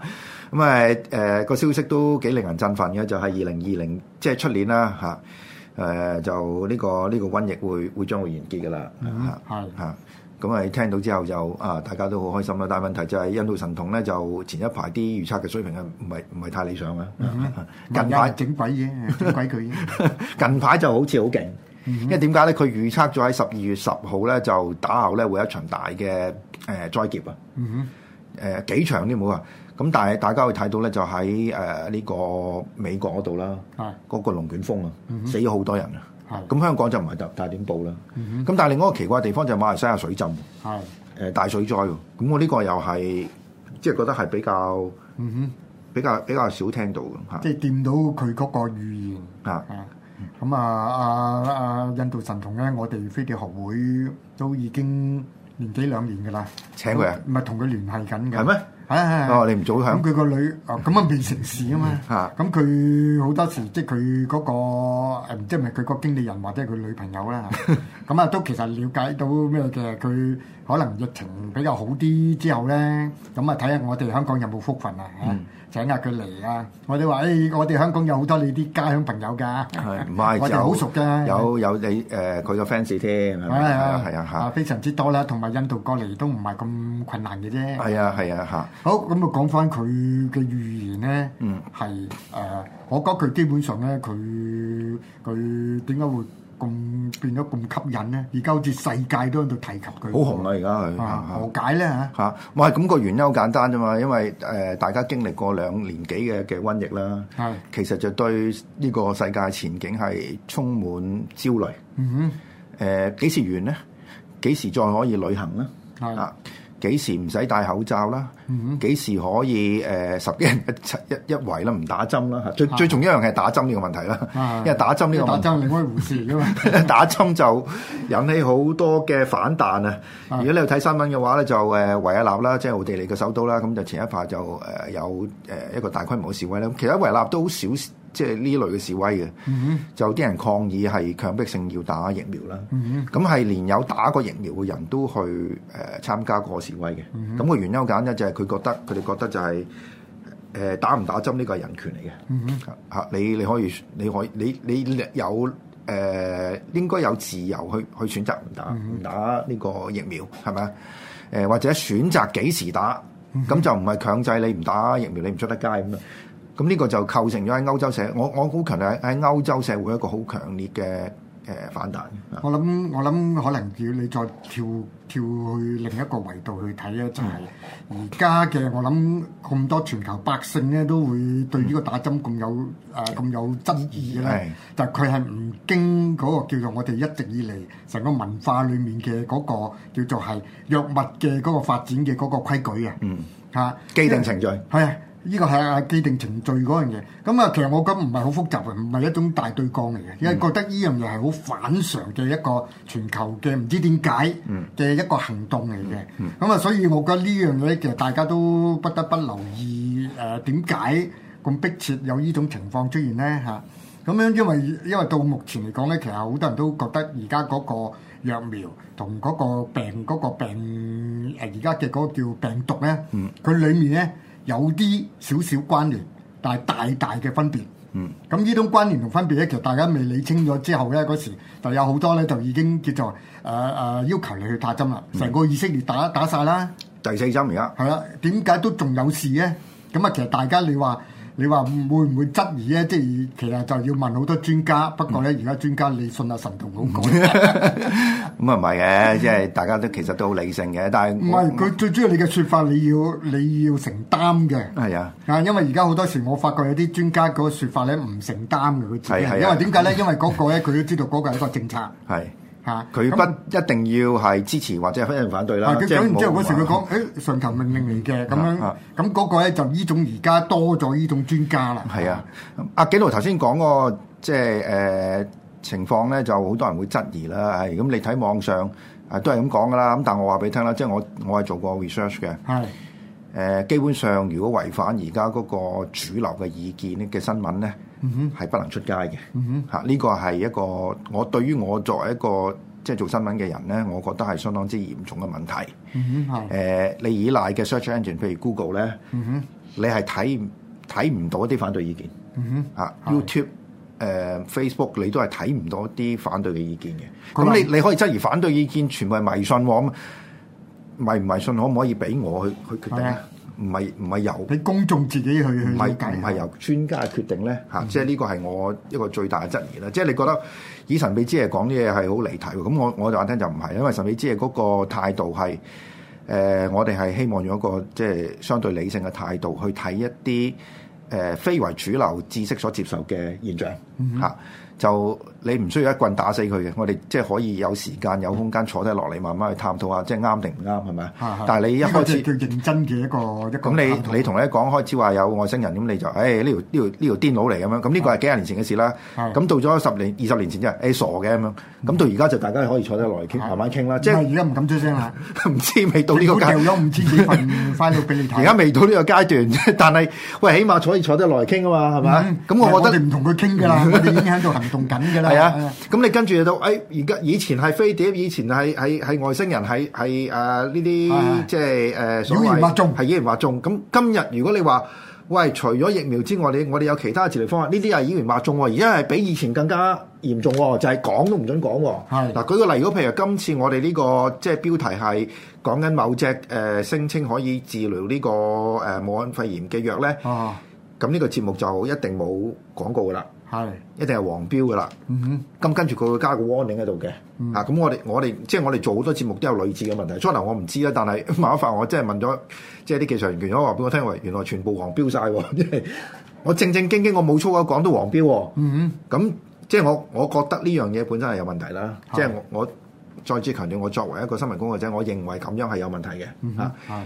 Speaker 8: 咁誒誒個消息都幾令人振奮嘅，就係二零二零即係出年啦嚇。誒、就呢、個呢、個瘟疫會會將會完結㗎啦嚇
Speaker 9: 係。
Speaker 8: 嚇。咁啊，聽到之後就啊，大家都好開心啦。但係問題就係印度神童咧，就前一排啲預測嘅水平啊，唔係唔係太理想啊。[laughs]
Speaker 9: 近
Speaker 8: 近
Speaker 9: 排
Speaker 8: 排
Speaker 9: 整鬼嘢，
Speaker 8: [laughs]
Speaker 9: 整鬼佢嘅。
Speaker 8: 近排就好似好勁，
Speaker 9: 嗯
Speaker 8: 因為點解咧？佢預測咗喺十二月十號咧，呃
Speaker 9: 嗯
Speaker 8: 就打後咧會有一場大嘅誒、災劫啊！誒、幾場添冇啊！咁但係大家會睇到咧，就喺誒呢個美國嗰度啦，嗰個龍捲風啊，
Speaker 9: 嗯哼
Speaker 8: 死咗好多人啊。咁香港就唔係特大點報啦。
Speaker 9: 嗯哼
Speaker 8: 咁但係另外一個奇怪嘅地方就係馬來西亞水浸，誒、
Speaker 9: 係，
Speaker 8: 大水災喎。咁我呢個又係即係覺得係比較
Speaker 9: 嗯
Speaker 8: 比較比較少聽到嘅嚇
Speaker 9: 哼，。即係掂到佢嗰個語言。
Speaker 8: 啊
Speaker 9: 啊咁啊啊啊！印度神童咧，我哋飛碟學會都已經年幾兩年噶啦，
Speaker 8: 請佢啊
Speaker 9: 唔係同佢聯繫緊嘅，
Speaker 8: 係咩？
Speaker 9: 係係係
Speaker 8: 哦你唔早響
Speaker 9: 咁佢個女啊，咁啊未成事啊嘛。
Speaker 8: 嚇
Speaker 9: 咁佢好多時即係佢嗰個誒唔知係咪佢個經理人或者係佢女
Speaker 8: [laughs]
Speaker 9: 朋友啦，咁啊都其實了解到咩嘅，佢可能疫情比較好啲之後咧，咁啊睇下我哋香港有冇福分啊，
Speaker 8: 嗯
Speaker 9: 請下佢嚟啊！我哋話誒，我哋香港有好多你啲家鄉朋友㗎，
Speaker 8: 係唔係？
Speaker 9: 我哋
Speaker 8: 有
Speaker 9: 好熟㗎，
Speaker 8: 有有你誒佢個 fans 添，係咪
Speaker 9: 係
Speaker 8: 係
Speaker 9: 啊
Speaker 8: 啊係啊
Speaker 9: 啊
Speaker 8: 嚇，
Speaker 9: 非常之多啦，同埋印度過嚟都唔係咁困難嘅啫。
Speaker 8: 係啊係啊嚇，
Speaker 9: 好，咁啊講翻佢嘅預言咧，
Speaker 8: 嗯
Speaker 9: 係誒、我覺得佢基本上咧，佢佢點解會咁變咗咁吸引咧？而家好似世界都喺度提及佢，
Speaker 8: 好紅啦而家佢
Speaker 9: 啊
Speaker 8: 嚇嚇
Speaker 9: 何解咧嚇？
Speaker 8: 嚇，唔係咁個原因好簡單啫嘛，因為誒、呃大家經歷過兩年幾嘅嘅瘟疫啦，
Speaker 9: 係
Speaker 8: 其實就對呢個世界前景係充滿焦慮。
Speaker 9: 嗯
Speaker 8: 誒呃幾時完咧？幾時再可以旅行咧？
Speaker 9: 係
Speaker 8: 啊，幾時唔使戴口罩啦？
Speaker 9: 嗯
Speaker 8: 幾時可以誒、呃十幾人一齊一一圍啦，唔打針啦？嚇最
Speaker 9: 啊
Speaker 8: 最重要一樣係打針呢個問題啦
Speaker 9: 啊，
Speaker 8: 因為打針呢個
Speaker 9: 打
Speaker 8: 問題
Speaker 9: 針係另外一回事㗎嘛。
Speaker 8: [laughs] 打針就引起好多嘅反彈啊！
Speaker 9: 啊
Speaker 8: 如果你有睇新聞嘅話咧，就誒維也納啦，即係奧地利嘅首都啦，咁就前一排就誒有呃誒一個大規模嘅示威啦。咁其實維也納都好少即係呢類嘅示威嘅，
Speaker 9: 嗯
Speaker 8: 就啲人抗議係強迫性要打疫苗啦。
Speaker 9: 嗯
Speaker 8: 咁係連有打過疫苗嘅人都去誒、呃、參加過示威嘅。
Speaker 9: 嗯
Speaker 8: 咁、個原因好簡單，就係佢覺得佢哋覺得就係、誒、呃打唔打針呢個係人權嚟嘅。
Speaker 9: 嗯
Speaker 8: 嚇你你可以你可以你你有誒、呃、應該有自由去去選擇唔打
Speaker 9: 嗯
Speaker 8: 唔打呢個疫苗係咪啊？誒、或者選擇幾時打，
Speaker 9: 嗯
Speaker 8: 咁就唔係強制你唔打疫苗你唔出得街咁啊。咁呢個就構成咗喺歐洲社，我我好強烈喺喺歐洲社會一個好強烈嘅誒、呃反彈嘅。
Speaker 9: 我諗我諗可能要你再跳跳去另一個維度去睇
Speaker 8: 嗯
Speaker 9: 咧，就係而家嘅我諗咁多全球百姓咧都會對呢個打針咁有誒咁、有爭議嘅
Speaker 8: 係
Speaker 9: 咧，但係佢係唔經嗰個叫做我哋一直以嚟成個文化裡面嘅嗰個叫做係藥物嘅嗰個發展嘅嗰個規矩啊，
Speaker 8: 嗯，
Speaker 9: 嚇
Speaker 8: 既定程序
Speaker 9: 係啊。呢個係啊既定程序嗰樣嘢，咁啊其實我覺得唔係好複雜嘅，唔係一種大對抗嚟
Speaker 8: 嗯
Speaker 9: 嘅，因為覺得呢樣嘢係好反常嘅一個全球嘅唔知點解嘅
Speaker 8: 嗯
Speaker 9: 一個行動嚟嘅。咁啊，所以我覺得呢樣嘢其實大家都不得不留意誒點解咁迫切有呢種情況出現呢？嚇、咁樣因為因為到目前嚟講咧，其實好多人都覺得而家嗰個藥苗同嗰個病嗰、個病誒而家嘅嗰個叫病毒咧，佢裡面咧有啲少少關聯，但係大大嘅分別。
Speaker 8: 嗯，
Speaker 9: 咁呢種關聯同分別咧，其實大家未理清咗之後咧，嗰時就有好多咧就已經叫做誒誒、呃呃要求你去打針啦，成個以色列打打晒啦。
Speaker 8: 第四針而家
Speaker 9: 係啦，點解都仲有事咧？咁啊，其實大家你話你話會唔會質疑咧？即係其實就要問好多專家。不過咧，而家專家你信阿神童好 [laughs] 講，
Speaker 8: [laughs] 咁啊唔係嘅，即係大家都其實都好理性嘅，但係
Speaker 9: 唔
Speaker 8: 我
Speaker 9: 係佢最主要你嘅説法，你要你要承擔嘅。
Speaker 8: 係啊。
Speaker 9: 啊，因為而家好多時我發覺有啲專家嗰個説法咧唔承擔嘅佢自己，
Speaker 8: 係係啊
Speaker 9: 因為點解咧？因為嗰個咧佢都知道嗰個係一個政策
Speaker 8: 係，
Speaker 9: 嚇。
Speaker 8: 佢
Speaker 9: 咁
Speaker 8: 不一定要係支持或者非常反對啦
Speaker 9: 啊，。佢
Speaker 8: 即係
Speaker 9: 講完之後
Speaker 8: 冇
Speaker 9: 嗰時佢
Speaker 8: 話
Speaker 9: 講，誒上頭命令嚟嘅咁
Speaker 8: 啊
Speaker 9: 樣
Speaker 8: 啊，
Speaker 9: 咁嗰個咧就呢種而家多咗呢種專家啦。
Speaker 8: 係啊，阿紀路頭先講個即係誒、呃情況咧，就好多人會質疑啦。係咁，你睇網上啊都係咁講噶啦。咁但我話俾你聽啦，即係我我係做過 research 嘅。誒、
Speaker 9: 係。
Speaker 8: 基本上如果違反而家嗰個主流嘅意見嘅新聞咧，係、不能出街嘅。嚇、
Speaker 9: 嗯
Speaker 8: 呢個係一個我對於我作為一個即係做新聞嘅人咧，我覺得係相當之嚴重嘅問題。
Speaker 9: 嗯哼，
Speaker 8: 誒、
Speaker 9: 係，
Speaker 8: 你依賴嘅 search engine，譬如 Google 咧，
Speaker 9: 嗯哼，
Speaker 8: 你係睇唔睇唔到一啲反對意見。
Speaker 9: 嗯
Speaker 8: 啊
Speaker 9: 係
Speaker 8: YouTube、誒 Facebook 你都係睇唔到啲反對嘅意見嘅。
Speaker 9: 佢
Speaker 8: 咁
Speaker 9: 話
Speaker 8: 你你可以質疑反對意見全部係迷信喎，咁迷唔迷信可唔可以俾我去去決定
Speaker 9: 係
Speaker 8: 咧
Speaker 9: 啊？
Speaker 8: 唔係唔係由
Speaker 9: 哼，俾公眾自己去去
Speaker 8: 唔係
Speaker 9: 了解，
Speaker 8: 唔係由專家決定咧嗯嚇，即係呢個嗯係我一個最大嘅質疑啦。即係你覺得以神秘之夜講啲嘢係好離題喎，咁我我就話聽就唔係，因為神秘之夜嗰個態度係誒我哋係希望用一個即係相對理性嘅態度去睇一啲。誒、非為主流知識所接受嘅現象嚇、
Speaker 9: 嗯哼
Speaker 8: 啊就你唔需要一棍打死佢嘅，我哋即係可以有時間有空間坐低落嚟，慢慢去探討下，即係啱定唔啱係咪啊？但係你一
Speaker 9: 呢個
Speaker 8: 開始
Speaker 9: 就叫認真嘅一個一個
Speaker 8: 咁
Speaker 9: 探討
Speaker 8: 你你同你一講開始話有外星人，咁你就誒呢條呢條呢條癲佬嚟咁樣，咁呢個係幾廿年前嘅事啦。
Speaker 9: 係
Speaker 8: 咁到咗十年二十年前就係誒傻嘅咁樣，咁到而家就大家可以坐低落嚟傾，慢慢傾啦。即係
Speaker 9: 而家唔敢出聲啦，
Speaker 8: [laughs] 唔知未到呢個
Speaker 9: 政府
Speaker 8: 階，
Speaker 9: 掉咗五千幾
Speaker 8: [laughs]
Speaker 9: 份翻到俾你睇，
Speaker 8: 而家未到呢個階段， [laughs] 但係喂，起碼可以坐低落嚟傾啊嘛，係咪
Speaker 9: 嗯？
Speaker 8: 咁我覺
Speaker 9: 哋
Speaker 8: 得
Speaker 9: 唔。同佢傾㗎
Speaker 8: [laughs]
Speaker 9: 啦，我哋已經喺度行動緊㗎啦。
Speaker 8: 係啊，咁你跟住就到，誒而家以前係飛碟，以前係係係外星人，係係誒啊呢啲
Speaker 9: 係
Speaker 8: 即係誒所
Speaker 9: 妖言惑眾
Speaker 8: 係妖言惑眾。咁今日如果你話喂，除咗疫苗之外，你我哋有其他治療方法，呢啲係妖言惑眾喎，而家係比以前更加嚴重喎，就係、講都唔准講喎。
Speaker 9: 係
Speaker 8: 嗱，舉個例，如果譬如今次我哋呢、個即係標題係講緊某隻誒、呃、聲稱可以治療呢、個誒、呃、武漢肺炎嘅藥咧，
Speaker 9: 啊，
Speaker 8: 咁呢個節目就一定冇廣告噶啦。
Speaker 9: 係，
Speaker 8: 一定係黃標噶啦。
Speaker 9: 嗯
Speaker 8: 咁跟住佢會加個 warning 喺度嘅。啊，咁我哋我哋即係我哋做好多節目都有類似嘅問題。初頭我唔知啦，但係 [laughs] 麻煩我真係問咗即係啲技術人員，我話俾我聽，喂，原來全部黃標晒喎。即 [laughs] 係我正正經經我冇粗口講都黃標喎。
Speaker 9: 嗯
Speaker 8: 咁即係我我覺得呢樣嘢本身係有問題啦。
Speaker 9: 係
Speaker 8: 即係我我再次強調，我作為一個新聞工作者，我認為咁樣係有問題嘅。
Speaker 9: 嗯
Speaker 8: 啊
Speaker 9: 哼，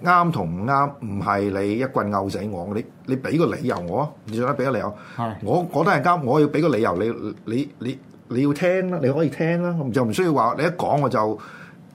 Speaker 8: 誒啱同唔啱，唔係你一棍拗死我，你你俾個理由我啊，你最得俾個理由
Speaker 9: 係，
Speaker 8: 我我都係啱，我要俾個理由你，你你你要聽啦，你可以聽啦，就唔需要話你一講我就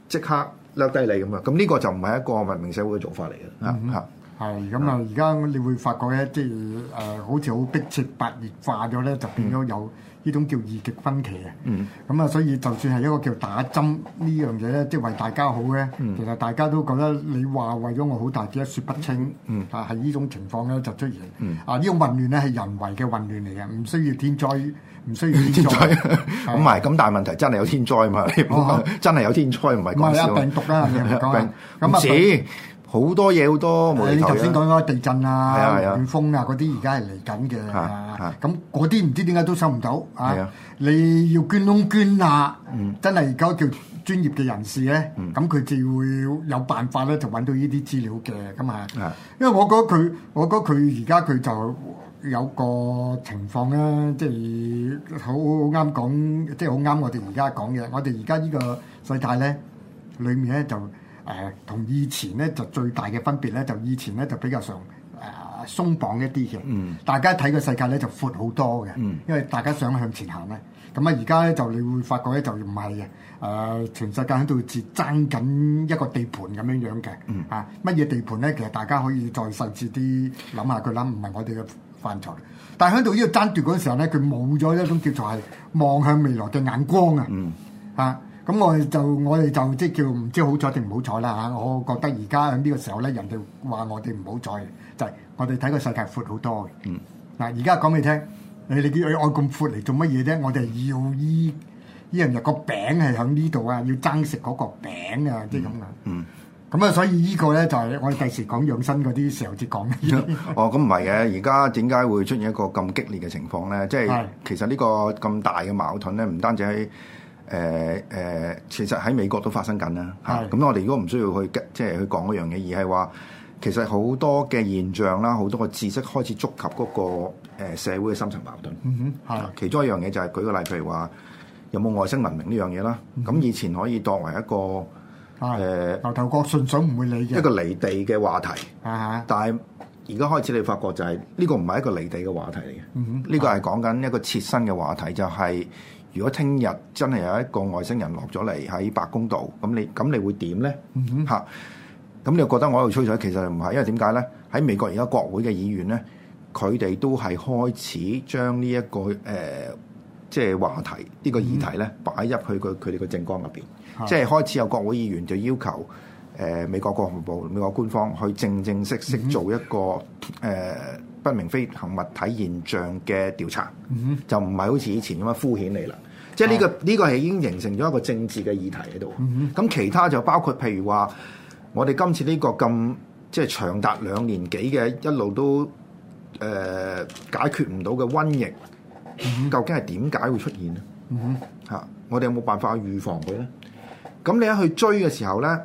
Speaker 8: 即刻掠低你咁啊，咁呢個就唔係一個文明社會嘅做法嚟嘅啊
Speaker 9: 嗯哼
Speaker 8: 嚇，
Speaker 9: 係咁啊！而家你會發覺咧，即係誒、呃好似好迫切白熱化咗咧，就變咗有呢種叫二極分歧啊。
Speaker 8: 嗯，
Speaker 9: 咁啊，所以就算係一個叫打針呢樣嘢咧，即係為大家好咧，
Speaker 8: 嗯
Speaker 9: 其實大家都覺得你話為咗我好，但係只係説不清。
Speaker 8: 嗯
Speaker 9: 啊，係呢種情況咧就出現。
Speaker 8: 嗯
Speaker 9: 啊，呢種混亂咧係人為嘅混亂嚟嘅，唔需要天災，唔需要
Speaker 8: [laughs]
Speaker 9: 天
Speaker 8: 天災
Speaker 9: 災。啊
Speaker 8: 咁唔係，咁但係問題真係有天災嘛，你唔好
Speaker 9: 哦
Speaker 8: 真係有天災唔係
Speaker 9: 唔
Speaker 8: 講
Speaker 9: 係啊
Speaker 8: 笑，
Speaker 9: 病毒啦你唔講啊
Speaker 8: 病唔
Speaker 9: 咁啊
Speaker 8: 止好多嘢好多無厘
Speaker 9: 你
Speaker 8: 頭
Speaker 9: 頭先講
Speaker 8: 嘅，
Speaker 9: 嗰個地震
Speaker 8: 係啊
Speaker 9: 啊、
Speaker 8: 係啊
Speaker 9: 颱風啊嗰啲，而家係嚟緊嘅
Speaker 8: 係啊。
Speaker 9: 咁嗰啲唔知點解都收唔到
Speaker 8: 係啊
Speaker 9: 啊！你要捐窿捐罅，真係而家叫專業嘅人士咧，咁佢至會有辦法咧，就揾到呢啲資料嘅咁啊
Speaker 8: 係。
Speaker 9: 因為我覺得佢，我覺得佢而家佢就。有個情況啦，即係好好啱講，即係好啱我哋而家講嘅。我哋而家呢個世界咧，裏面咧就誒同、以前咧就最大嘅分別咧，就以前咧就比較上誒、呃、鬆綁一啲嘅，
Speaker 8: 嗯
Speaker 9: 大家睇個世界咧就闊好多嘅，
Speaker 8: 嗯
Speaker 9: 因為大家想向前行咧。咁啊，而家咧就你會發覺咧就唔係嘅，誒、啊全世界喺度自爭緊一個地盤咁樣樣嘅，
Speaker 8: 嗯
Speaker 9: 啊乜嘢地盤咧？其實大家可以再細緻啲諗下佢諗，唔係我哋嘅範疇。但係喺度呢個爭奪嗰陣時候咧，佢冇咗一種叫做係望向未來嘅眼光啊。
Speaker 8: 嗯
Speaker 9: 啊，咁我哋就我哋就即係叫唔知好彩定唔好彩啦嚇。我覺得而家喺呢個時候咧，人哋話我哋唔好彩，就係、我哋睇個世界闊好多嘅。
Speaker 8: 嗯。
Speaker 9: 嗱，而家講俾你聽，你你叫我咁闊嚟做乜嘢啫？我哋要依依樣嘢個餅係喺呢度啊，要爭食嗰個餅啊，即係咁啊。
Speaker 8: 嗯。
Speaker 9: 咁啊，所以呢個咧就係我哋第時講養生嗰啲時候至講嘅。
Speaker 8: [laughs] 哦，咁唔係嘅，而家點解會出現一個咁激烈嘅情況咧？即係
Speaker 9: 係
Speaker 8: 其實呢個咁大嘅矛盾咧，唔單止喺誒誒，其實喺美國都發生緊啦嚇。
Speaker 9: 係
Speaker 8: 咁我哋如果唔需要去即係去講嗰樣嘢，而係話其實好多嘅現象啦，好多個知識開始觸及嗰個呃社會嘅深層矛盾。
Speaker 9: [laughs] 嗯哼，係
Speaker 8: 啊。其中一樣嘢就係舉個例，譬如話有冇外星文明呢樣嘢啦。咁以前可以當為一個
Speaker 9: 係
Speaker 8: 誒
Speaker 9: 牛頭角順水唔會理嘅。
Speaker 8: 一個離地嘅話題。
Speaker 9: 啊嚇，
Speaker 8: 但係而家開始你發覺就係、呢、個唔係一個離地嘅話題嚟嘅，
Speaker 9: 嗯哼
Speaker 8: 呢個係講緊一個切身嘅話題，就係、如果聽日真係有一個外星人落咗嚟喺白宮度，咁你咁你會點咧？
Speaker 9: 嗯
Speaker 8: 嚇、咁你又覺得我喺度吹水，其實唔係，因為點解咧？喺美國而家國會嘅議員咧，佢哋都係開始將呢、一個誒。即係話題呢、個議題咧，擺入去佢佢哋嘅政綱入邊，
Speaker 9: 係
Speaker 8: 即係開始有國會議員就要求誒、呃美國國防部、美國官方去正正式式做一個誒、呃不明飛行物體現象嘅調查，
Speaker 9: 嗯
Speaker 8: 就唔係好似以前咁樣敷衍你啦。即係呢、個呢、個係已經形成咗一個政治嘅議題喺度。咁、其他就包括譬如話，我哋今次呢個咁即係長達兩年幾嘅一路都誒、呃解決唔到嘅瘟疫，究竟係點解會出現咧？
Speaker 9: 嗯哼。
Speaker 8: 嚇、我哋有冇辦法去預防佢咧？咁你一去追嘅時候咧，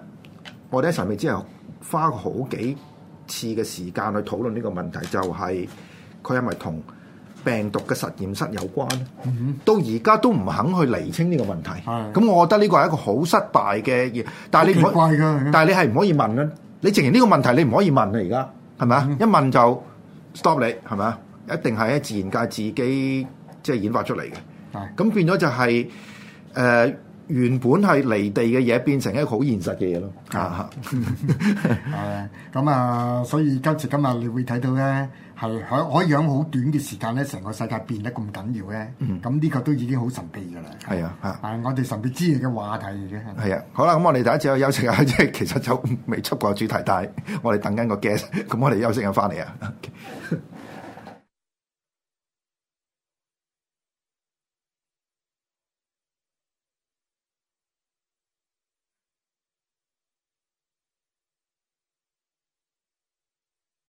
Speaker 8: 我哋喺神秘之後花過好幾次嘅時間去討論呢個問題，就係佢係咪同病毒嘅實驗室有關咧？
Speaker 9: 嗯
Speaker 8: 到而家都唔肯去釐清呢個問題。咁我覺得呢個係一個好失敗嘅嘢，但係你唔
Speaker 9: 好
Speaker 8: 可以，但係你係唔可以問嘅。你淨然呢個問題你唔可以問啊！而家係咪啊？一問就 stop 你係咪啊？一定係喺自然界自己即係演化出嚟嘅。咁變咗就係、誒、原本係離地嘅嘢變成一個好現實嘅嘢咯。啊 [laughs]
Speaker 9: 係咁啊，所以今次今日你會睇到咧，係喺可以喺好短嘅時間咧，成個世界變得咁緊要咧。咁呢、個都已經好神秘㗎啦。
Speaker 8: 係啊，啊
Speaker 9: 係我哋神秘之夜嘅話題嚟嘅。
Speaker 8: 係啊，好啦，咁我哋第一次去休息下，即係其實就未出過主題，但係我哋等緊個 guest，咁我哋休息下翻嚟啊。